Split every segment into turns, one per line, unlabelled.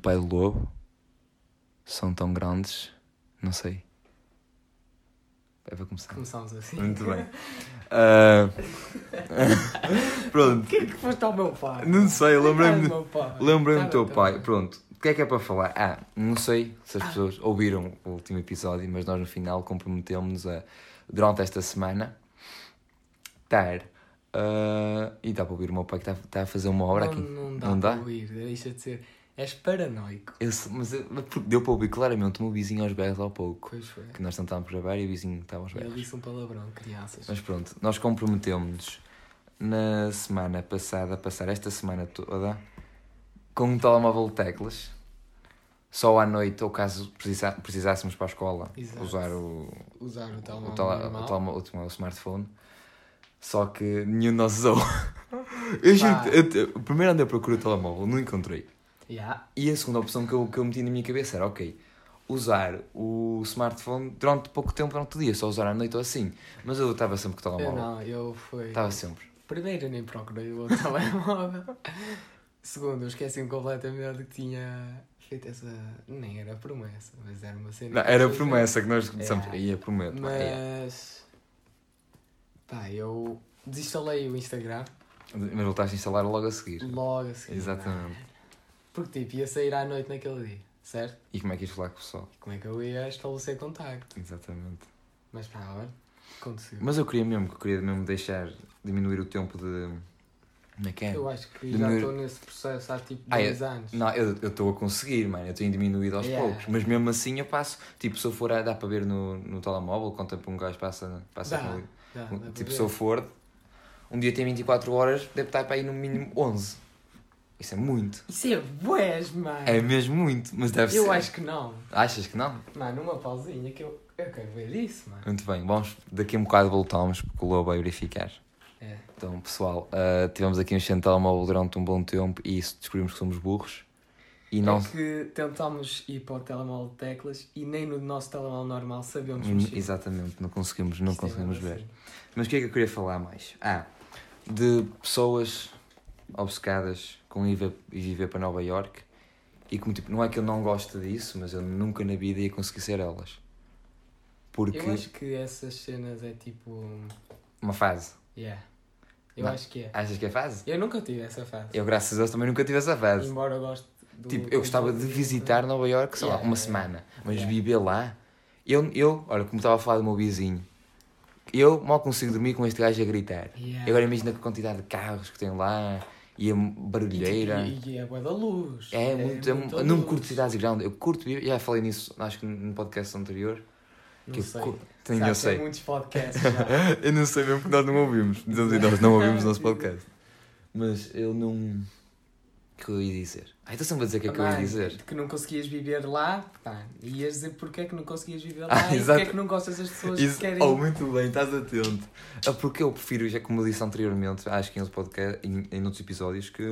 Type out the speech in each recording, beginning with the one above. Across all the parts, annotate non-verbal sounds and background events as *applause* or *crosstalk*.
pai do lobo são tão grandes, não sei. É para começar.
Começámos assim. *laughs*
Muito bem. Ah, *laughs* Pronto.
O que é que foste ao meu pai?
Não sei, lembrei-me do-
do pai.
lembrei-me do
Tá
teu
bem, tá
pai.
bem.
Pronto. O que é que é para falar? Ah, não sei se as pessoas ouviram o último episódio, mas nós no final comprometemos-nos a, durante esta semana, estar. ah, e dá para ouvir o meu pai que está, está a fazer uma obra
não,
aqui.
Não dá
Não
para
dá?
ouvir, deixa de ser. És paranoico.
Eu se- mas eu- mas porque deu para ouvir claramente o meu vizinho aos berros há pouco.
Pois foi.
Que nós tentámos gravar e o vizinho estava aos
Ele
berros.
disse um palavrão, crianças.
Mas pronto, nós comprometemos-nos na semana passada, a passar esta semana toda, com um telemóvel de teclas, só à noite, ou caso precisa- precisássemos para a escola,
Exato.
usar o,
Usar o tal
o, tele- o telemo- o tele- o smartphone. Só que nenhum de nós
*laughs*
usou. Eu juro,
Pá.
eu, eu, primeiro andei a procurar o telemóvel, não encontrei.
Yeah.
E a segunda opção que eu, que eu meti na minha cabeça era, ok, usar o smartphone durante pouco tempo, durante o dia, só usar à noite ou assim. Mas eu estava sempre com o
Eu
telemóvel.
não, eu fui.
Estava sempre.
Primeiro, eu nem procurei o *laughs* outro telemóvel. Segundo, eu esqueci-me completamente que tinha feito essa. Nem era promessa, mas era uma cena.
Não,
que
era
eu É.
a
fiz.
promessa é. que nós dissemos,
Yeah.
ia, prometo. pá, ia.
Mas. Pá, eu desinstalei o Instagram
Mas voltaste a instalar logo a seguir.
logo assim.
Exatamente.
Porque tipo, ia sair à noite naquele dia, certo?
E como é que ias falar com o pessoal?
E como é que eu ia estabelecer contacto?
Exatamente.
Mas pá, olha, aconteceu.
Mas eu queria mesmo, que eu queria mesmo deixar, diminuir o tempo de... Como é que é?
Eu acho que
De
já
melhor-
estou nesse processo há tipo
Ah, é.
10 anos.
Não, eu eu estou a conseguir, mano. Eu tenho diminuído aos
Yeah.
poucos. Mas mesmo assim eu passo. Tipo, se eu for a dar para ver no, no telemóvel, quanto tempo um gajo passa, passa
Dá,
com ele.
Ah, dá, dá para
Tipo,
ver.
se eu for, um dia tem 24 horas, deve estar para aí no mínimo 11. Isso é muito.
Isso é bués, mano!
É mesmo muito, mas deve
eu
ser.
acho que não.
Achas que não?
Mano, uma pausinha que eu, eu quero ver isso, mano.
Muito bem, vamos, daqui a um bocado voltamos, porque o Lobo vai verificar.
É.
Então, pessoal, ah, tivemos aqui um telemóvel durante um bom tempo e isso descobrimos que somos burros. E não.
É que tentámos ir para o telemóvel de teclas e nem no nosso telemóvel normal sabemos mexer.
Hum, Exatamente, não conseguimos, não
Isto é
conseguimos
mesmo
ver.
assim.
Mas o que é que eu queria falar mais? Ah, de pessoas obcecadas com ir ver- ir viver para Nova York e como tipo, não é que eu não gosto disso, mas eu nunca na vida ia conseguir ser elas. Porque
Eu acho que essas cenas é tipo.
uma fase.
Yeah. Eu
Não.
acho que é.
Achas que é fase?
Eu nunca tive essa fase.
Eu graças a Deus também nunca tive essa fase.
Embora eu goste do.
Tipo, eu gostava de visitar Nova York, sei lá,
Yeah,
uma
yeah,
semana, mas
Yeah.
viver lá. Eu, eu, olha, como estava a falar do meu vizinho, eu mal consigo dormir com este gajo a gritar.
Yeah.
E Agora imagina a quantidade de carros que tem lá e a
E, tipo,
barulheira.
E, e é boa da luz.
É, muito, é muito-
muita
eu não
luz.
curto cidades grandes, eu curto viver, já falei nisso, acho que no podcast anterior.
Não
que eu
sei.
curto- Sim,
Sabe, é
eu sei.
Tem muitos podcasts já.
*laughs* eu não sei mesmo porque nós não ouvimos, dizemos e nós não ouvimos o nosso podcast. Mas eu não. O que eu ia dizer? Ai, estou sempre a dizer o que é que eu ia
Mano,
dizer.
de Que não conseguias viver lá, tá. Ias dizer porque é que não conseguias viver lá
*laughs* Ah,
e
exato.
porque é que não gostas das pessoas
Isso,
que querem.
oh, muito bem, estás atento. Ah, Porque eu prefiro, já como eu disse anteriormente, acho que em outros, podcast, em, em outros episódios que.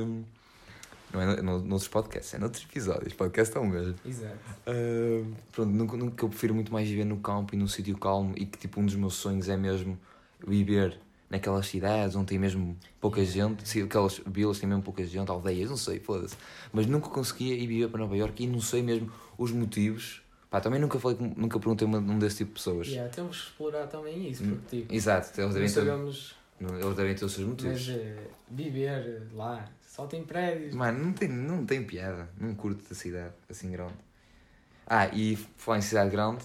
Não é no, no, noutros podcasts, é noutros episódios. Podcast é o mesmo.
Exato.
Ah, pronto, nunca, nunca eu prefiro muito mais viver no campo e num sítio calmo e que tipo um dos meus sonhos é mesmo viver naquelas cidades onde tem mesmo pouca gente, se aquelas vilas têm mesmo pouca gente, aldeias, não sei, foda-se. Mas nunca conseguia ir viver para Nova Iorque e não sei mesmo os motivos. Pá, também nunca falei, com- nunca perguntei a uma- um desse tipo de pessoas.
Yeah, temos que explorar também isso, porque tipo,
Exato, Hum. eles
não
devem, ter,
sabemos
eles devem ter os seus
mas,
motivos.
eh, viver lá. Só tem prédios.
Mano, não tem, não tem piada. Não curto da cidade assim grande. Ah, e falar em cidade grande,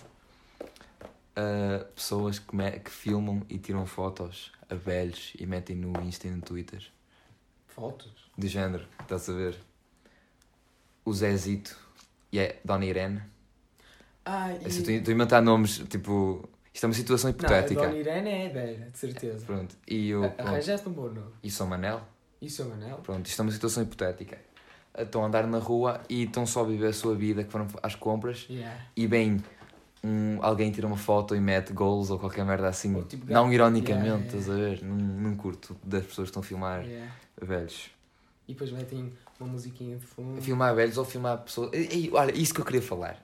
ah, pessoas que, me- que filmam e tiram fotos a velhos e metem no Insta e no Twitter.
Fotos.
De género, estás a ver? O Zezito e a Dona Irene. É assim,
Ah,
Eu sei, Estou estou a inventar nomes, tipo. Isto é uma situação hipotética.
Não, a Dona Irene é velha, de certeza.
Pronto, e eu.
A-
Pronto,
Arranjaste um bom nome.
e sou Manel.
E seu Manel?
Pronto, isto é uma situação hipotética. Estão a andar na rua e estão só a viver a sua vida, que foram às compras
Yeah.
e bem um, alguém tira uma foto e mete goals ou qualquer merda assim,
Ou tipo
não
gato.
ironicamente,
Yeah, yeah.
estás a ver? Não, não curto das pessoas que estão a filmar
yeah.
velhos.
E depois metem uma musiquinha de fundo.
Filmar velhos ou filmar pessoas. E, e, olha, isso que eu queria falar.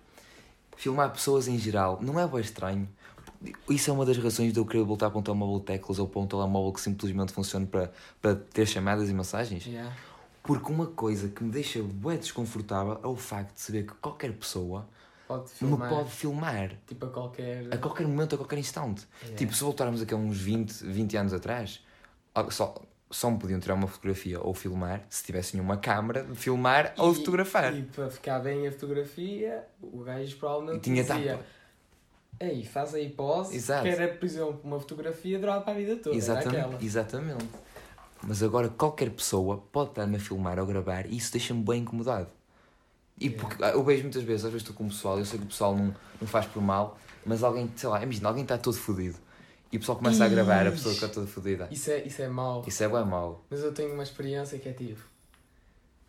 Filmar pessoas em geral não é bem estranho. Isso é uma das razões de eu querer voltar para um telemóvel de teclas ou para um telemóvel que simplesmente funcione para, para ter chamadas e mensagens.
Yeah.
Porque uma coisa que me deixa bué desconfortável é o facto de saber que qualquer pessoa
Pode
me
filmar,
pode filmar
tipo a qualquer...
a qualquer momento, a qualquer instante.
Yeah.
Tipo, se voltarmos aqui a uns 20, 20 anos atrás, ah, só, só me podiam tirar uma fotografia ou filmar se tivessem uma câmara de filmar ou
E-
fotografar.
E para ficar bem a fotografia, o gajo provavelmente
Tinha
dizia...
tapa.
Ei, faz aí pose,
Exato.
que era, por exemplo, uma fotografia durava para a vida toda, era aquela.
Exatamente, exatamente. Mas agora qualquer pessoa pode estar-me a filmar ou gravar e isso deixa-me bem incomodado. E
Yeah.
porque ah, eu vejo muitas vezes, às vezes estou com o pessoal, eu sei que o pessoal não, não faz por mal, mas alguém, sei lá, imagina, alguém está todo fodido e o pessoal começa a gravar a pessoa que está toda fodida.
Isso é, isso é mau.
Isso é bem mau.
Mas eu tenho uma experiência que é tipo...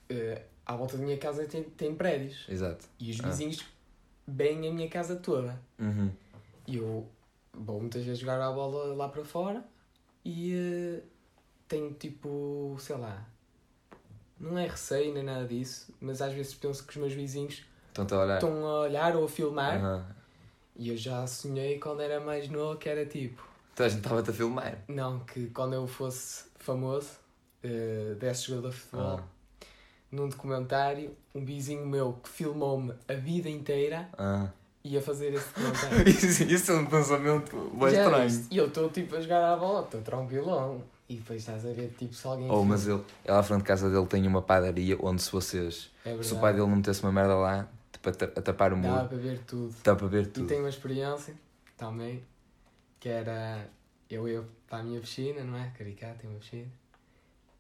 eh, à volta da minha casa tem, tem prédios.
Exato.
E os
Ah.
vizinhos bem a minha casa toda.
Uhum.
E eu vou muitas vezes jogar a bola lá para fora e eh, tenho tipo, sei lá, não é receio nem nada disso, mas às vezes penso que os meus vizinhos
Estão-te a olhar.
estão a olhar ou a filmar
Aham.
e eu já sonhei quando era mais novo que era tipo,
Então a gente estava-te a filmar.
não, que quando eu fosse famoso, eh, desse jogador de futebol,
Ah.
num documentário, um vizinho meu que filmou-me a vida inteira
Ah.
ia fazer esse documentário.
*laughs* isso, isso é um pensamento bem
Já
estranho.
viste? E eu estou tipo a jogar à bola, estou tranquilão. E depois estás a ver tipo se alguém.
Oh, mas ele, ele à frente de casa dele tem uma padaria onde se vocês
é verdade,
Se o pai dele não metesse uma merda lá, tipo, a, ta- a tapar o
dá
muro,
para ver tudo.
dá para ver
E
tudo.
tem uma experiência também que era eu ia para a minha piscina, não é? Caricá tem uma piscina.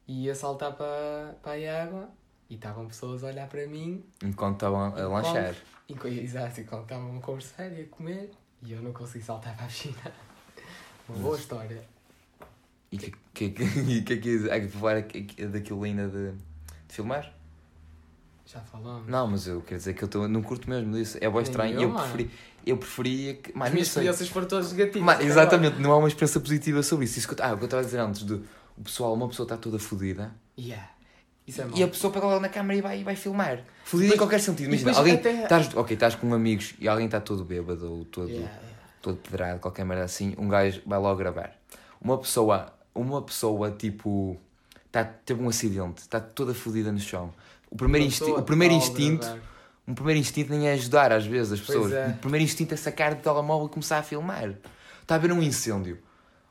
E ia saltar para, para a água e estavam pessoas a olhar para mim.
Enquanto estavam a- a lanchar.
E, co- *laughs* exato, e quando estavam a conversar e a comer e eu não consegui saltar para a piscina. *laughs* Uma boa história.
E o que, que, que, *laughs* e que é que é que falar aqui- aqui- daquilo ainda de, de filmar?
Já falamos.
Não, mas eu quero dizer que eu tô, não curto mesmo disso. É bem
Nem
estranho.
eu,
e Eu,
mano.
preferi, eu preferia que.
As
Mano, não
minhas
sei.
experiências foram todas negativas.
Mano,
até agora.
é- exatamente, não há uma experiência positiva sobre isso. isso que eu, ah, o que eu estava a dizer antes de o pessoal, uma pessoa está toda fodida
Yeah. Isso é mau.
e a pessoa pega logo na câmera e vai, e vai filmar. Fodida em
Depois-
qualquer sentido.
e
Imagina,
depois
alguém.
até-
Estás, ok, estás com amigos e alguém está todo bêbado ou todo.
Yeah, yeah.
todo pedrado, qualquer merda assim, um gajo vai logo gravar. Uma pessoa, uma pessoa tipo, tá, teve um acidente, está toda fodida no chão. O primeiro,
Não
insti-
estou
o primeiro
a
instinto,
gravar.
o primeiro instinto nem é ajudar às vezes as
Pois
pessoas.
é.
O primeiro instinto é sacar do telemóvel e começar a filmar. Está a haver um incêndio.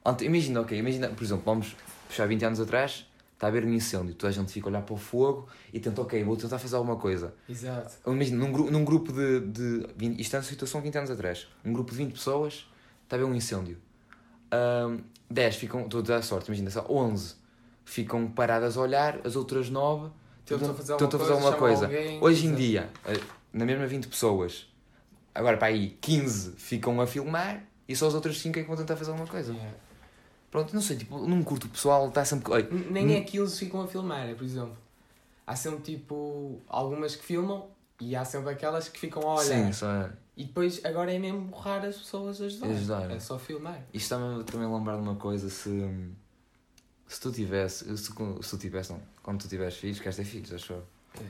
Ontem- imagina, ok, imagina, por exemplo, vamos puxar 20 anos atrás, está a haver um incêndio, toda a gente fica a olhar para o fogo e tenta, ok, vou tentar fazer alguma coisa.
Exato.
Imagina, num, gru- num grupo de, de 20, isto é uma situação 20 anos atrás, um grupo de 20 pessoas, está a ver um incêndio. Ahm, 10 ficam, estou a dar sorte, imagina só, 11 ficam paradas a olhar, as outras 9
Tentam fazer alguma
tentam
coisa, chamam alguém,
Hoje em
exato.
dia, eh, na mesma 20 pessoas, agora para aí 15 ficam a filmar e só as outras 5 é que vão tentar fazer alguma coisa.
Yeah.
Pronto, não sei, tipo, não curto o pessoal, está sempre. Olha,
N- Nem é que eles ficam a filmar, é, por exemplo. Há sempre tipo algumas que filmam e há sempre aquelas que ficam a olhar.
sim, só. é.
E depois agora é mesmo borrar as pessoas a ajudar.
Ajudar.
É só filmar.
Isto está-me também a lembrar de uma coisa, se, se tu tivesse, se, co- se tu tivesse, não, quando tu tiveres filhos, queres ter filhos, acho eu.
É.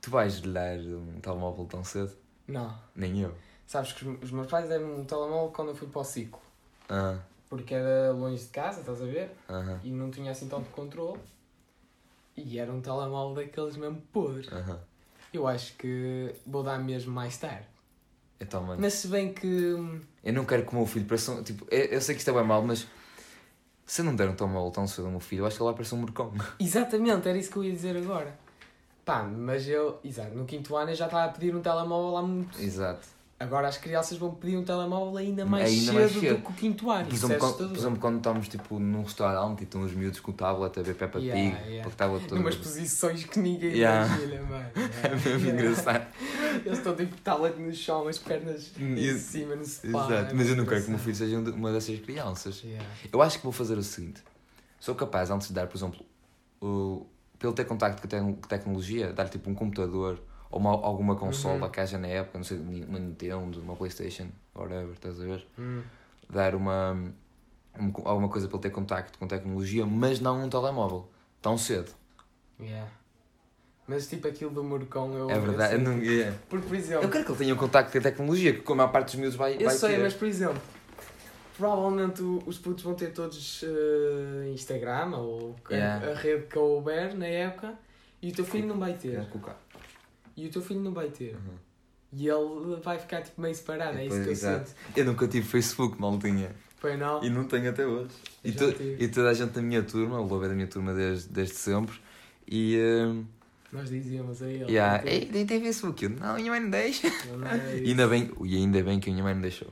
Tu vais lhe dar um telemóvel tão cedo?
Não.
Nem eu.
Sabes que os os meus pais deram-me um telemóvel quando eu fui para o ciclo.
Ah,
Porque era longe de casa, estás a ver?
aham,
E não tinha assim tanto controle. E era um telemóvel daqueles mesmo podres.
aham.
Eu acho que vou dar mesmo mais tarde.
Então, mano,
Mas se bem que. hum,
eu não quero que o meu filho pareça, um- tipo, eu, eu sei que isto é bem mau, mas se eu não der um telemóvel tão cedo ao meu filho, eu acho que ele vai parecer um
*laughs*
morcão.
Exatamente, era isso que eu ia dizer agora. Pá, mas eu. Exato, no quinto ano eu já estava a pedir um telemóvel há muito.
Exato.
Agora as crianças vão pedir um telemóvel ainda mais,
Ainda
cedo,
mais cedo. um
do que o quinto ano.
Por
Isso
exemplo,
é
quando,
assustador.
por exemplo, quando estamos, tipo, num restaurante e estão os miúdos com o tablet a ver Peppa
Yeah,
Pig,
yeah.
porque estava todo... *laughs*
Numas posições que ninguém
Yeah.
imagina,
*laughs*
mano.
É mesmo engraçado.
Eles estão tipo tablet no chão, as pernas
Hum,
em
isso-
cima, no spa. é
Exato, mas eu não quero que o meu
fiz.
filho seja um de- uma dessas crianças. Eu acho que vou fazer o seguinte: sou capaz, antes de dar, por exemplo, o, pelo ter contacto com a tecno- tecnologia, dar tipo um computador ou uma- alguma consola
Uhum.
que haja na época, não sei, uma Nintendo, uma Playstation, whatever, estás a ver?
Hum,
Dar uma, um- alguma coisa para ele ter contacto com tecnologia, mas não um telemóvel, tão cedo.
Mas tipo aquilo do Morcão, eu.
é verdade, eu,
eu sei-
não, é.
Porque, por exemplo.
eu quero que ele tenha um contacto com a tecnologia, que como a parte dos miúdos vai,
Eu
vai
sei,
ter.
mas por exemplo, provavelmente o- os putos vão ter todos eh, Instagram ou que-
Yeah.
a rede que houver na época E o teu filho não vai ter.
Quer colocar.
E o teu filho não vai ter.
Uhum.
E ele vai ficar tipo meio separado, é, isso
Pois,
que eu
exato.
sinto.
Eu nunca tive Facebook, maldinha.
Foi não?
E não tenho até hoje. E,
Já
to-
tive.
e toda a gente da minha turma, o Lobo é da minha turma desde, desde sempre. E. hum,
Nós dizíamos a ele.
yeah,
não
Ei, nem tem Facebook. Eu, não, minha mãe não deixa.
tem- não é
E
isso.
ainda bem, e ainda bem que a minha mãe me deixou.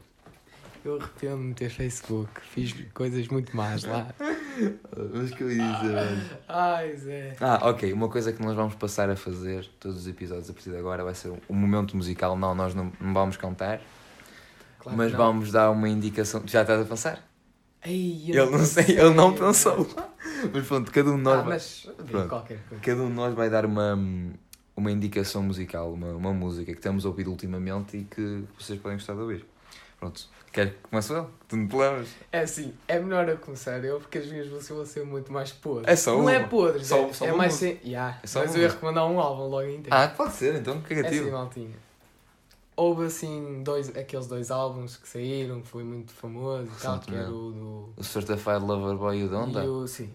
Eu arrependo-me de ter Facebook. Fiz coisas muito más
*laughs*
lá. Ah,
Mas que eu ia dizer, velho.
Ai, Zé.
Ah, ok. Uma coisa que nós vamos passar a fazer, todos os episódios a partir de agora, vai ser o momento musical. Não, nós não, não vamos cantar,
Claro
mas
que não.
vamos dar uma indicação. Já estás a pensar?
Ei,
Ele não sei, ele não
*laughs*
pensou. Mas pronto, cada um de nós.
Ah,
vai-
mas digo
Pronto.
qualquer coisa.
Cada um de nós vai dar uma, uma indicação musical, uma, uma música que temos ouvido ultimamente e que vocês podem gostar de ouvir. Pronto, quer que comece eu? Tu não te lembras?
É assim, é melhor eu começar eu porque as minhas músicas vão ser muito mais podres.
É só
não
uma.
é podres,
Só-
é,
só
é
uma
mais
música.
sem. Yeah,
É só
mas
uma
eu ia
música.
recomendar um álbum logo inteiro.
Ah, pode ser, então, que
é assim,
criativo.
maltinha. Houve assim dois, aqueles dois álbuns que saíram, que foi muito famoso e tal, que era
Recentemente.
o do
o Certified Lover Boy e o Donda?
E eu, sim.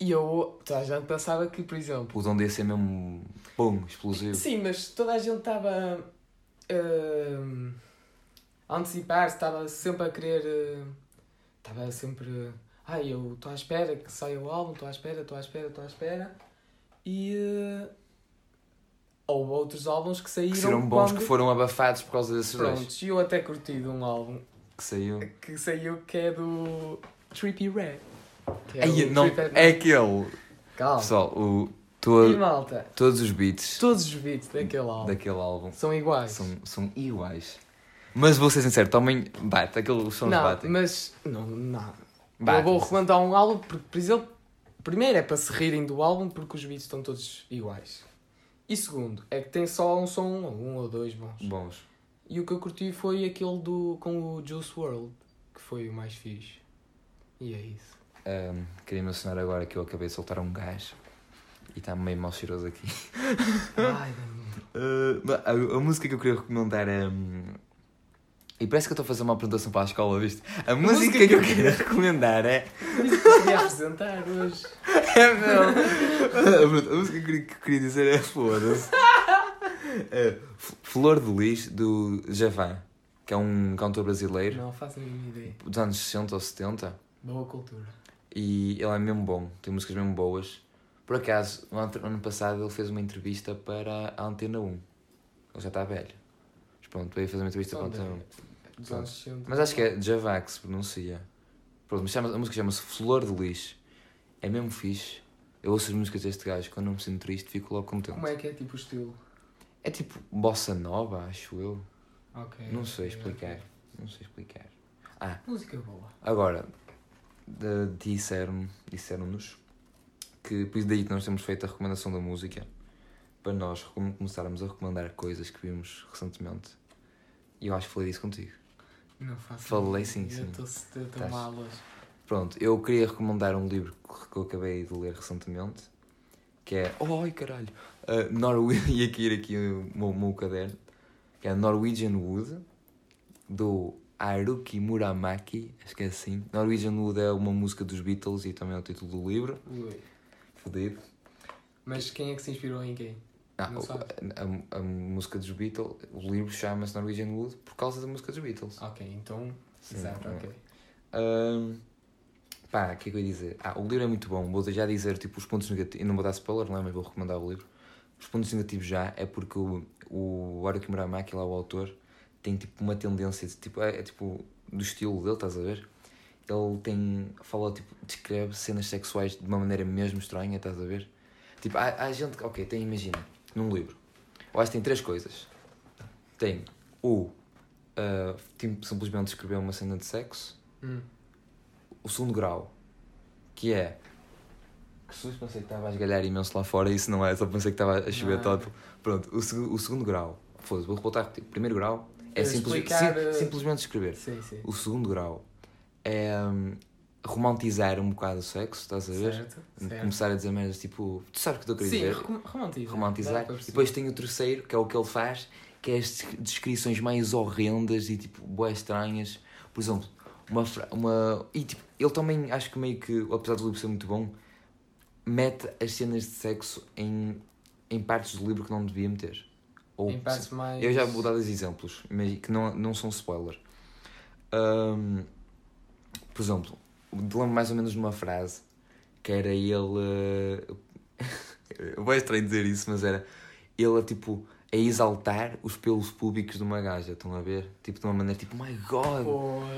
E eu, toda a gente pensava que, por exemplo.
O Donda ia ser mesmo, pum, explosivo.
Sim, mas toda a gente estava. hum, a antecipar-se, estava sempre a querer. hum, Estava sempre. Ai, eu estou à espera que saia o álbum, estou à espera, estou à espera, estou à espera. E. hum, Houve outros álbuns que saíram.
Que serão bons
quando-
que foram abafados por causa desses dois.
Prontos, e eu até curti de um álbum
Que saiu.
que saiu que é do Trippy Red. Que
Ai,
o
não,
Trippie Red.
é aquele.
Calma.
Pessoal, o,
E
to,
malta,
todos os beats
todos os beats daquele álbum
daquele álbum
são iguais.
são, são iguais. Mas vou ser sincero, também bate, aqueles sons
não,
batem.
mas não, não.
Batem.
Eu vou recomendar um álbum porque, por exemplo, primeiro é para se rirem do álbum porque os beats estão todos iguais. E segundo, é que tem só um som, um ou dois bons.
Bons.
E o que eu curti foi aquele do com o Juice World, que foi o mais fixe. E é isso.
Ahm, queria mencionar agora que eu acabei de soltar um gás e está meio mal cheiroso aqui.
Ai,
*laughs*
não.
Ah, mas a, a música que eu queria recomendar é. hum, E parece que eu estou a fazer uma apresentação para a escola, viste? A, música,
música
que eu queria recomendar é.
isso que eu queria apresentar hoje.
*laughs* É meu. A música que eu queria- que eu queria dizer é Foda-se. É, F- Flor de Lis do Javan, que é um cantor brasileiro
Não faço a mínima ideia.
dos anos 60 ou 70.
Boa cultura.
E ele é mesmo bom, tem músicas mesmo boas. Por acaso, no ano ano passado ele fez uma entrevista para a Antena 1. Ele já está velho. Mas pronto, veio fazer uma entrevista para a
Onde é?
Antena 1.
Dos anos 60.
Mas acho que é Javá que se pronuncia. Pronto, mas chama- a música chama-se Flor de Lis. É mesmo fixe. Eu ouço as músicas deste gajo, quando eu me sinto triste, fico logo contente.
Como é que é tipo o estilo?
É tipo bossa nova, acho eu.
Ok.
Não sei
ok, ok.
explicar. Não sei explicar.
Música boa.
Agora, de- disseram- disseram-nos que, por isso daí que nós temos feito a recomendação da música, para nós recom- começarmos a recomendar coisas que vimos recentemente. E eu acho que falei disso contigo.
Não faço.
Falei,
ideia.
sim, sim.
Eu estou
Tás.
mal hoje.
Pronto, eu queria recomendar um livro que eu acabei de ler recentemente, que é. Oh, ai caralho! Uh, Norwe- *laughs* e aqui ir aqui o meu, meu caderno, que é Norwegian Wood, do Haruki Muramaki, acho que é assim. Norwegian Wood é uma música dos Beatles e também é o título do livro.
Ui.
Fodido.
Mas quem é que se inspirou em quem?
Ah,
Não
o-
sabes?
a, a música dos Beatles, o livro chama-se Norwegian Wood por causa da música dos Beatles.
Ok, então.
Sim,
exato,
é.
ok.
Ahm, pá, o que é que eu ia dizer? Ah, o livro é muito bom. Vou já dizer tipo, os pontos negativos. Não vou dar spoiler, não é? Mas vou recomendar o livro. Os pontos negativos já é porque o, o Haruki Muramaki, lá o autor, tem tipo uma tendência de, tipo, é, é, tipo do estilo dele, estás a ver? Ele tem. fala, tipo, descreve cenas sexuais de uma maneira mesmo estranha, estás a ver? Tipo, há, há gente. que- Ok, tem, imagina, num livro. Eu acho que tem três coisas. Tem o. ah, tipo, simplesmente descrever uma cena de sexo
Hum.
o segundo grau, que é. Que susto, pensei que estava a esgalhar imenso lá fora, isso não é, só pensei que estava a chover
Não. é.
todo. Pronto, o, segu- o segundo grau, foda-se, vou voltar a repetir. O primeiro grau é
É
simples-
explicar,
sim-
eh,
simplesmente escrever.
Sim, sim.
O segundo grau é hum, romantizar um bocado o sexo, estás a ver?
Certo, certo.
Começar a dizer merdas tipo, tu sabes o que eu estou a
Sim,
querer dizer?
recom- romantizar.
romantizar.
Dá para
E depois tem o
perceber.
terceiro, que é o que ele faz, que é as descri- descrições mais horrendas e tipo boas estranhas. Por exemplo, uma, fra- uma. E tipo, ele também acho que meio que, apesar do livro ser muito bom, mete as cenas de sexo em, em partes do livro que não devia meter. Ou,
Em partes mais.
oh, Eu já vou dar dois exemplos, mas que não, não são spoiler. Ahm, por exemplo, lembro mais ou menos de uma frase que era *laughs* ele. eh, Vai estranho dizer isso, mas era ele a tipo a exaltar os pelos públicos de uma gaja, estão a ver? Tipo de uma maneira tipo, my god,
Porra,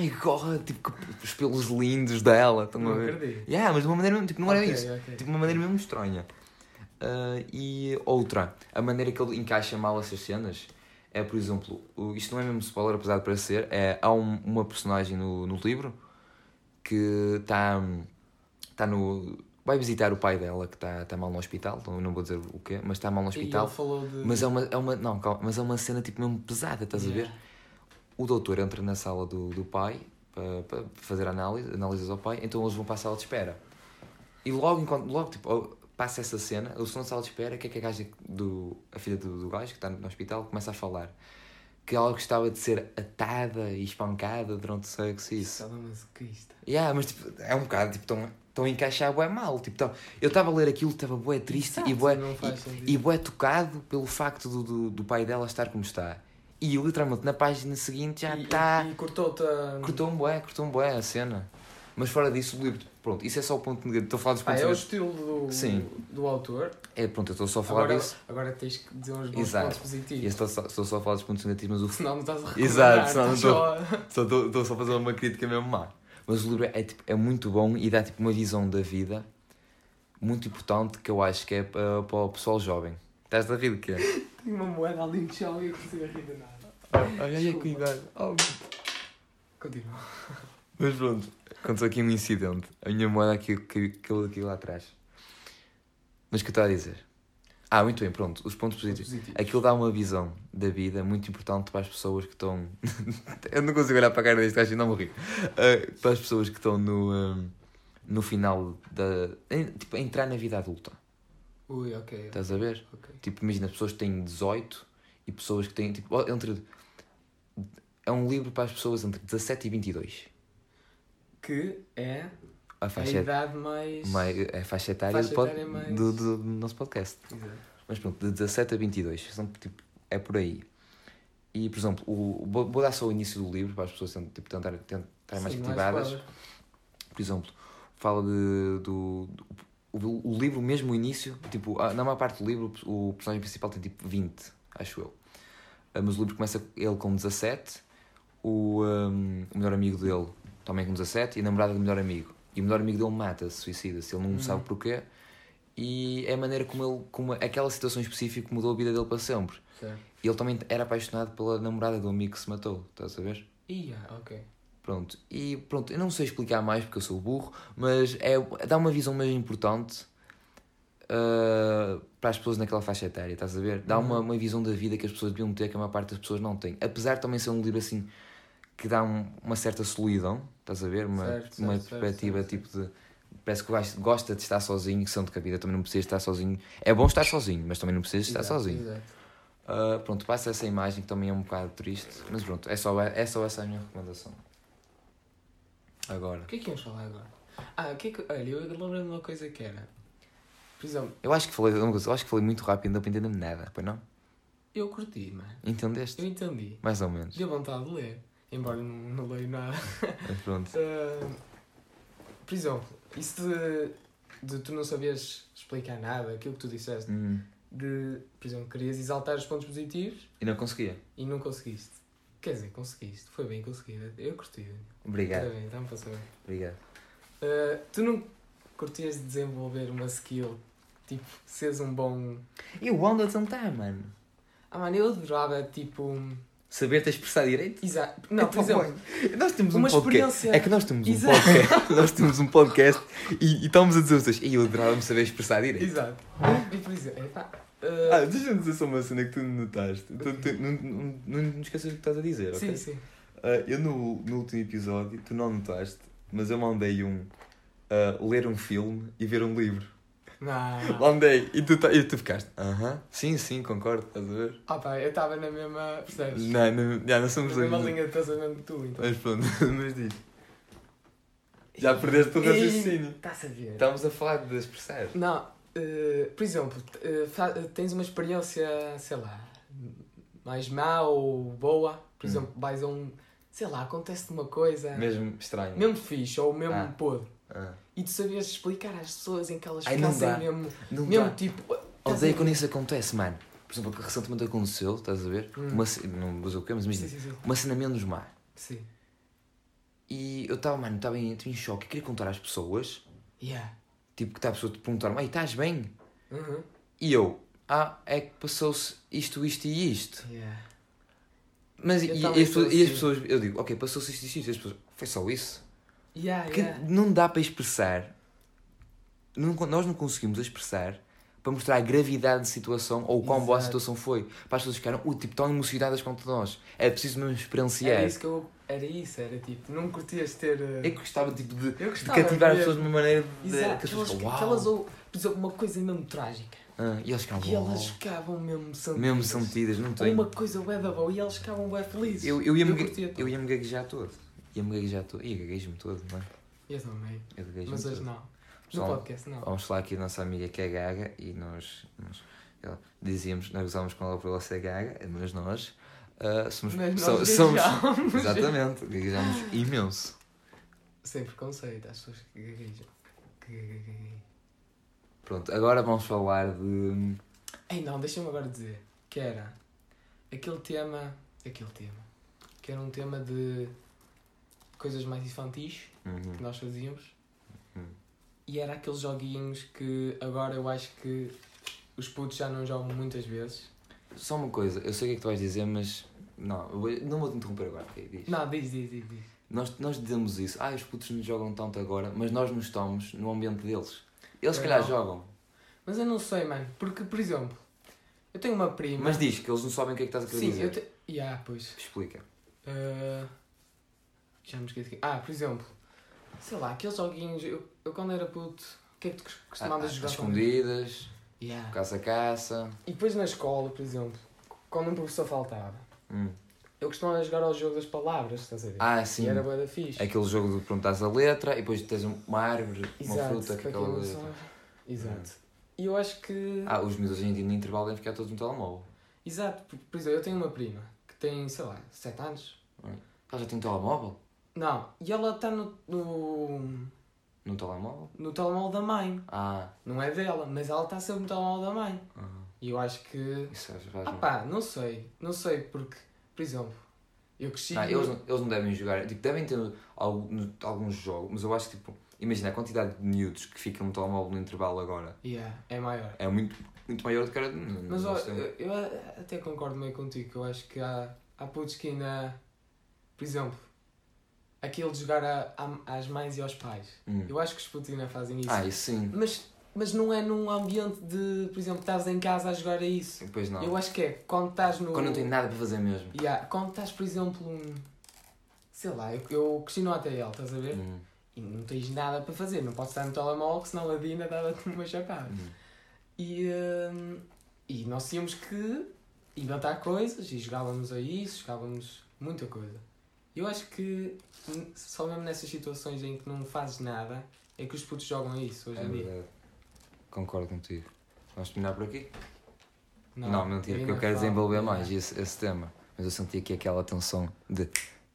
my god, tipo que- os pelos lindos dela, estão a
não
ver?
acredito.
Yeah, mas de uma maneira mesmo, tipo, não era
Ok,
isso.
ok.
Tipo, de uma maneira mesmo estranha. Ah, e outra, a maneira que ele encaixa mal essas cenas é, por exemplo, o- isto não é mesmo spoiler, apesar de parecer, é, há um- uma personagem no, no livro que está tá no. vai visitar o pai dela que está tá mal no hospital, então eu não vou dizer o quê, mas está mal no
E
hospital.
ele falou de.
Mas é uma, é uma. Não, calma, mas é uma cena tipo mesmo pesada, estás a ver?
Yeah.
O doutor entra na sala do, do pai para, para fazer análise, análises ao pai, então eles vão para a sala de espera. E logo, enquanto, logo tipo, oh, passa essa cena, eles estão na sala de espera, que é que a gaja do. a filha do, do gajo que está no hospital começa a falar. Que ela gostava de ser atada e espancada durante o sexo e É isso.
Sadomasoquista.
Yeah, mas tipo, é um bocado, tipo, estão estão a encaixar bué mal. Tipo, tão, eu estava a ler aquilo, estava bué triste e
Exato,
bué,
Ah, não faz sentido.
e, e bué tocado pelo facto do, do, do pai dela estar como está. E literalmente na página seguinte já tá.
E-
está.
E, e cortou-te a.
Cortou um bué, cortou um bué a cena. Mas fora disso, o livro. Pronto, isso é só o ponto negativo. Estou a falar dos
Pá,
pontos
é o
negativos.
estilo do,
Sim.
do autor.
É, pronto, eu estou só a falar
Agora,
disso.
agora tens que dizer uns bons
Exato.
pontos
E eu
positivos.
estou só, estou só a falar dos pontos negativos, mas o
Senão não estás a recomendar.
Exato, senão não
estás
dou.
só a-
*laughs* Só estou estou só a fazer uma crítica mesmo má. Mas o livro é, tipo, é muito bom e dá tipo, uma visão da vida muito importante que eu acho que é para, para o pessoal jovem. Estás a rir do quê?
Tinha uma moeda ali no chão e eu consigo rir de nada.
Olha aí, cuidado.
Continua.
Mas pronto, aconteceu aqui um incidente. A minha moeda aqui que caiu aqui lá atrás. Mas o que eu estava a dizer? Ah, muito bem, pronto. Os pontos positivos.
Positivo.
Aquilo dá uma visão da vida muito importante para as pessoas que estão. *laughs* eu não consigo olhar para a cara deste gajo e não morri. Uh, para as pessoas que estão no, um, no final da. em- tipo, a entrar na vida adulta.
Ui, ok.
Estás a ver?
ok.
Tipo, imagina pessoas que têm 18 e pessoas que têm. Tipo, entre. É um livro para as pessoas entre 17 e 22.
Que é
A
a
faixa,
idade mais.
mai- a faixa etária,
Faixa
do, pod-
etária é mais-
do- do- do nosso podcast.
Exato.
Mas pronto, de 17 a 22, são, tipo, é por aí. E, por exemplo, o, vou, vou dar só o início do livro para as pessoas tent- tipo, tentarem tentar mais
Sim,
motivadas.
quadro.
por exemplo, fala de, do, do- o, o livro, mesmo o início, tipo, ah, na maior parte do livro, o personagem principal tem tipo 20, acho eu. Ah, Mas o livro começa ele com 17, o, ahm, o melhor amigo dele também com 17 e a namorada do melhor amigo. E o melhor amigo dele mata-se, suicida-se, ele não sabe porquê. E é a maneira como ele, como aquela situação específica mudou a vida dele para sempre.
Certo.
E ele também era apaixonado pela namorada do amigo que se matou, estás a ver?
Ia, ok.
Pronto, e pronto, eu não sei explicar mais porque eu sou burro, mas é, dá uma visão mesmo importante ah, para as pessoas naquela faixa etária, estás a ver? Dá
Uhum.
uma, uma visão da vida que as pessoas deviam ter, que a maior parte das pessoas não tem. Apesar de também ser um livro assim que dá um- uma certa solidão, estás a ver? Uma,
Certo,
uma
certo, certo,
perspectiva
certo,
tipo de. Parece que o gajo gosta de estar sozinho, sendo que a vida também não precisa estar sozinho. É bom estar sozinho, mas também não precisa estar
Exato,
sozinho.
Exato.
Ah, pronto, passa essa imagem que também é um bocado triste, mas pronto, é só, é só essa a minha recomendação. Agora.
O que é que íamos falar agora? Ah, o que é que. Olha, eu lembro-me de uma coisa que era. Por exemplo,
Eu acho que falei uma coisa, eu acho que falei muito rápido, não deu para entender nada, pois não?
eu curti, mano. Eu
Entendeste?
entendi.
Mais ou menos.
Deu vontade de ler. Embora eu não, não leio nada. *laughs*
Mas pronto.
Ah, por exemplo, isso de, de tu não sabias explicar nada, aquilo que tu disseste,
Hum,
de, por exemplo, querias exaltar os pontos positivos
e não conseguia.
e não conseguiste. Quer dizer, conseguiste. Foi bem conseguido. Eu curti.
Obrigado,
Parabéns, dá-me para saber.
obrigado.
Ah, tu não curtias de desenvolver uma skill, tipo, seres um bom...
E o Wanda tentar, mano.
Ah, mano, eu adorava, tipo... um-
Saber-te expressar direito?
Exato. Não,
É
por
tão
exemplo,
bom. Nós temos um
uma
podcast.
experiência-
É que nós temos um
Exato. *laughs*
podcast. nós temos um podcast e, e estamos a dizer os dois. E eu adorava-me saber expressar direito.
Exato. E por exemplo, epá, ah,
Ah, deixa-me dizer só uma cena que tu não notaste. Tu- tu- não, não, não, não esqueças o que estás a dizer,
sim,
ok?
sim.
Ah, eu no, no último episódio, tu não notaste, mas eu mandei um ah, ler um filme e ver um livro.
Não, não.
Mandei e tu, ta- e tu ficaste. Aham, sim, sim, concordo, estás a ver?
Ah pá, eu estava na mesma, percebes?
Não, não, já, não
Na
somos dois. *laughs*
mesma linha de pensamento que tu, então.
Mas pronto, mas diz. Já perdeste o raciocínio. Tá
Estás a ver?
Estamos a falar de expressar.
Não, eh, por exemplo, eh, fa- tens uma experiência, sei lá, mais má ou boa. Por
Hum.
exemplo, vais a um. Sei lá, acontece-te uma coisa. Mesmo,
Mesmo estranho.
fixe ou mesmo
Ah.
podre.
Ah.
E tu sabias explicar às pessoas em que elas
Ai, não
ficassem
dá.
mesmo.
Não
mesmo
dá.
tipo. estás a
Odeio
ver?
quando isso acontece, mano. Por exemplo, o que recentemente aconteceu, estás a ver?
Hum.
Uma, ce- não vou dizer o que, mas
Sim,
imagina.
sim, sim.
Uma cena menos má.
Sim.
E eu estava, mano, estava em, em choque. Queria contar às pessoas,
Yeah.
tipo, que está a pessoa te perguntar, ei, estás bem?
Uhum.
E eu, ah, é que passou-se isto, isto e isto.
Yeah.
Mas e,
Eu
e as
também sou
pessoas, e as
assim.
pessoas- eu digo, ok, passou-se isto, isto e isto. E as pessoas, foi só isso?
Yeah,
Porque
Ah, yeah.
não dá para expressar, não, con- nós não conseguimos expressar para mostrar a gravidade da situação ou o quão boa a
Exato.
situação foi. Para as pessoas ficarem, ui, tipo, tão emocionadas quanto nós. É preciso mesmo experienciar.
Era isso que eu. Era isso, era tipo. Não curtias ter. eh,
Eu gostava, tipo, de,
Eu
de
gostava.
cativar as
mesmo.
pessoas de uma maneira de,
Exato,
que as pessoas
aquelas,
ficam, uau.
aquelas ou, por exemplo, uma coisa mesmo trágica.
Ah, e elas ficavam,
E elas
"Uau."
ficavam mesmo sentidas.
mesmo são metidas, não
Ou
tenho.
uma coisa bué da boa e eles ficavam bué felizes.
Eu, eu ia-me
curtia
ga- eu
tudo.
ia gaguejar todo. Ia-me gaguejar todo. Ia gaguejo-me todo, não é?
Eu também.
Eu gaguejo-me
Mas hoje
todo.
não. No
Pessoal,
podcast não.
Vamos falar aqui da nossa amiga que é gaga e nós, nós- ela- dizíamos, nós usávamos com ela por ela ser gaga, mas nós ah, somos,
Mas
so-
nós
somos-
gaguejamos.
*laughs* Exatamente, gaguejamos imenso.
*laughs* Sem preconceito, as pessoas que gaguejam. Que gaguejam.
Pronto, agora vamos falar de. hum,
Ei não, deixa-me agora dizer. Que era aquele tema. Aquele tema. Que era um tema de coisas mais infantis.
Uhum.
que nós fazíamos.
Hum.
E era aqueles joguinhos que agora eu acho que os putos já não jogam muitas vezes.
Só uma coisa, eu sei o que é que tu vais dizer, mas. Não, eu vou- não vou te interromper agora, ok? Diz.
Não, diz, diz, diz. diz.
Nós, nós dizemos isso, ah, os putos não jogam tanto agora, mas nós não estamos no ambiente deles. Eles, se
Pois
calhar,
não.
jogam.
Mas eu não sei, mano, porque, por exemplo, eu tenho uma prima.
Mas diz que eles não sabem o que é que estás a querer
Sim,
dizer.
eu tenho. Yeah, pois.
Explica.
Ah, Já me esqueci. Ah, por exemplo, sei lá, aqueles joguinhos. Eu, eu quando era puto, o que é que tu cos-
Ah,
costumavas
ah, um
jogar?
escondidas,
com- Yeah.
caça-caça.
E depois na escola, por exemplo, quando um professor faltava,
Hum.
eu costumava jogar ao jogo das palavras, estás a ver?
Ah, sim.
E era boa da fixe.
Aquele jogo de perguntares a letra e depois tens uma árvore, uma
Exato,
fruta que
para
aquela
quem não
letra. Hum.
sabe. Exato. E eu acho que.
Ah, os miúdos hoje em dia no intervalo devem ficar todos no telemóvel.
Exato, por, por exemplo, eu tenho uma prima que tem, sei lá, 7 anos.
Ela já tem um telemóvel?
Não, e ela está no, no,
No telemóvel?
no telemóvel da mãe.
Ah,
Não é dela, mas ela está sempre no telemóvel da mãe.
ah,
E eu acho que.
isso é- já faz
Ah pá, não sei, não sei porque, por exemplo, eu cresci.
Não, eles, não, eles não devem jogar, tipo, devem ter algum- alguns jogos, mas eu acho que, tipo, imagina a quantidade de miúdos que ficam no telemóvel no intervalo agora
Yeah, é maior.
é muito, muito maior do que era no- no
Mas ó,
nosso tempo.
eu, eu a- até concordo meio contigo, que eu acho que há, há putos que ainda. Por exemplo, aquele de jogar a- a- às mães e aos pais.
Hum.
Eu acho que os putos ainda fazem isso.
Ah, isso sim.
Mas, mas não é num ambiente de, por exemplo, estás em casa a jogar a isso.
Depois não.
Eu acho que é quando estás no.
Quando não tem nada para fazer mesmo.
Yeah, quando estás, por exemplo, um... sei lá, eu, eu cresci no ATL, estás a ver?
Hum,
E não tens nada para fazer, não podes estar no telemóvel, que senão a Dina dava-te *laughs* uma chapada.
hum.
E, hum, e nós tínhamos que inventar coisas e jogávamos a isso, jogávamos muita coisa. Eu acho que hum, só mesmo nessas situações em que não fazes nada é que os putos jogam a isso hoje
É
em dia.
verdade. Concordo contigo. Vamos terminar por aqui? Não, mentira, porque eu quero desenvolver mais esse, esse tema. Mas eu senti aqui aquela tensão de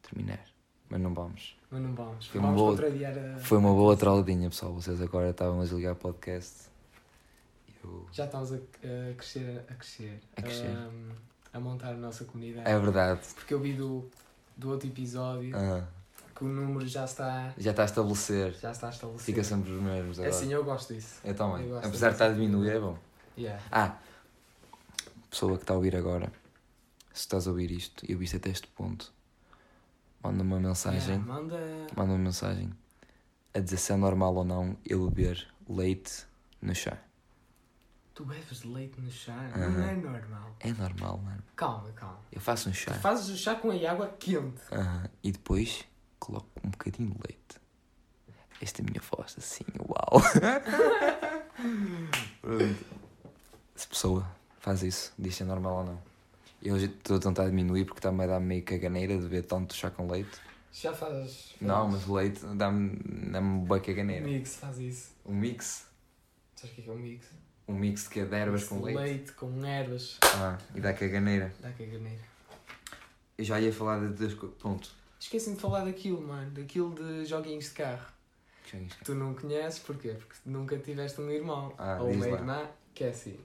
terminar. Mas não vamos.
Mas não vamos.
Foi uma
vamos
boa-
contrariar a...
Foi uma boa trolladinha, pessoal. Vocês agora estavam a desligar o podcast. Eu...
Já estamos a, a crescer, a crescer.
A crescer.
hum, A, montar a nossa comunidade.
É verdade.
Porque eu vi do, do outro episódio
Ah,
que o número já está,
já está a estabelecer.
já está
Fica
estabelecido.
sempre os mesmos
É
agora.
assim, eu gosto disso.
Eu também.
Eu gosto
Apesar de estar a diminuir, é bom.
Yeah.
Ah, pessoa que está a ouvir agora, se estás a ouvir isto e ouviste até este ponto, manda uma mensagem.
Yeah, manda.
Manda uma mensagem a dizer se é normal ou não eu beber leite no chá.
Tu bebes leite no chá? Não
Aham.
é normal.
É normal, mano.
Calma, calma.
Eu faço um chá
Tu fazes o chá com a água quente.
aham, e depois coloco um bocadinho de leite. Esta é a minha voz, assim,
*laughs*
uau. Pronto. Se pessoa faz isso, diz se é normal ou não. Eu hoje estou a tentar diminuir porque está-me a dar meio caganeira de beber tanto chá com leite.
Já fazes.
Não, mas é leite dá-me dá-me bué caganeira.
Mix faz isso.
Um mix?
Sabes o que é que é um mix?
Um mix de, quê? de ervas
Mix
com
de
leite?
Leite com ervas.
Ah, e dá caganeira.
Dá é caganeira.
Eu já ia falar de duas coisas. Ponto.
Esqueci-me de falar daquilo, mano. Daquilo de joguinhos de carro.
Já ia esquecer.
Tu não conheces, porquê? Porque nunca tiveste um irmão
Ah,
ou
diz
uma
lá.
irmã que é assim.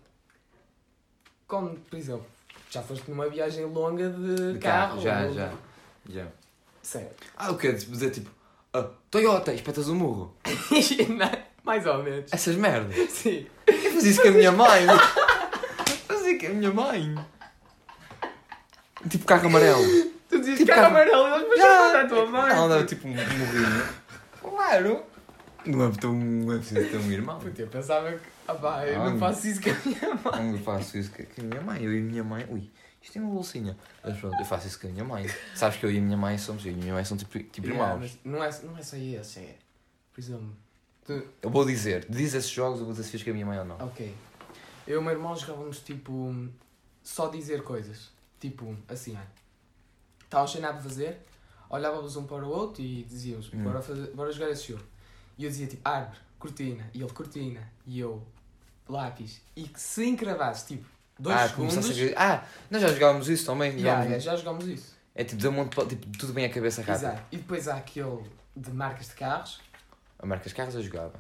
Como, por exemplo, já foste numa viagem longa de,
De
carro.
Já,
ou-
já. Já.
*laughs* Certo.
Ah, o que Dizer tipo, ah, Toyota, espetas o murro.
Mais ou menos.
Essas merdas.
Sim.
Eu fazia isso com a minha mãe. é fazia com a minha mãe. Tipo carro amarelo.
Tu dizias
Tipo
cara
carro-
amarelo, mas depois
Já.
já a tua mãe.
Ela andava tipo um morrinho. Claro. Não é tão, não é preciso ter um irmão.
Puta, tipo, eu pensava que. Ah, pá, eu
Ah,
não
não.
faço isso com a minha mãe.
Não, Então, eu faço isso com a minha mãe. Eu e a minha mãe. Ui, isto tem uma bolsinha. Mas pronto, eu faço isso com a minha mãe. Sabes que eu e a minha mãe somos. Eu e a minha mãe são tipo, tipo
Yeah,
irmãos.
mas não, é, não é só esse, é. Por exemplo,
Eu vou dizer, diz esses jogos, eu vou dizer se fiz com a minha mãe ou não.
ok. Eu e o meu irmão jogávamos tipo. Só dizer coisas. Tipo, assim, ah, Estávamos sem nada a fazer, olhávamos um para o outro e dizíamos:
Hum.
bora, fazer, bora jogar esse jogo. E eu dizia tipo: árvore, cortina. E ele, cortina. E eu, lápis. E que se encravasses, tipo, dois
ah,
segundos.
começaste a... ah, nós já jogávamos isso também.
Yeah,
jogámos-
yeah, já jogámos isso.
É tipo, deu um monte de... tipo, tudo bem à cabeça rápido.
Exato. E depois há aquele de marcas de carros.
A marcas carros eu jogava.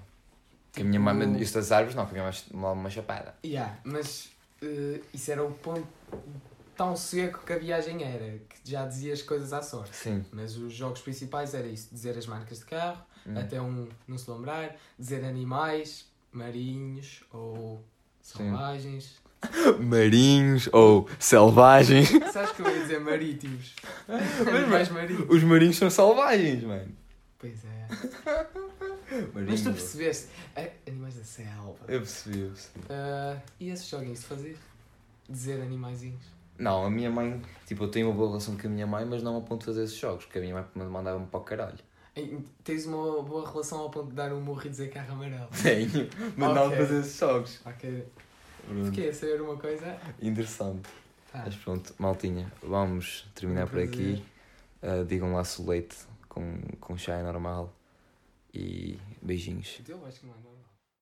Que a minha mãe,
Tipo-
isto das árvores, não, que a minha mãe lá uma chapada.
Yeah, mas eh, isso era o ponto tão seco que a viagem era, que já dizias coisas à sorte.
Sim.
Mas os jogos principais era isso, dizer as marcas de carro,
Hum.
até um não se lembrar, dizer animais, marinhos ou
*laughs*
selvagens.
Marinhos ou selvagens.
*laughs* Sabes que eu ia dizer marítimos? Animais marinhos.
Os marinhos são selvagens, mano.
Pois é. Mas
Marinhos.
tu percebeste? A- Animais da selva.
Eu percebi, eu percebi.
Ah, e esses joguinhos de fazer? Dizer animaizinhos.
Não, a minha mãe, tipo, eu tenho uma boa relação com a minha mãe, mas não ao ponto de fazer esses jogos, porque a minha mãe mandava-me para o caralho. *laughs*
Ei, Tens uma boa relação ao ponto de dar um morro e dizer carro amarelo.
Tenho, mas não
Ok.
fazer esses jogos.
Ok.
Pronto.
Fiquei a saber uma coisa.
Interessante.
Tá.
Mas pronto, maltinha, vamos terminar
Um
por
prazer.
aqui. Ah, digam lá se o leite com, com chá é normal. E beijinhos.
Eu acho que não é normal.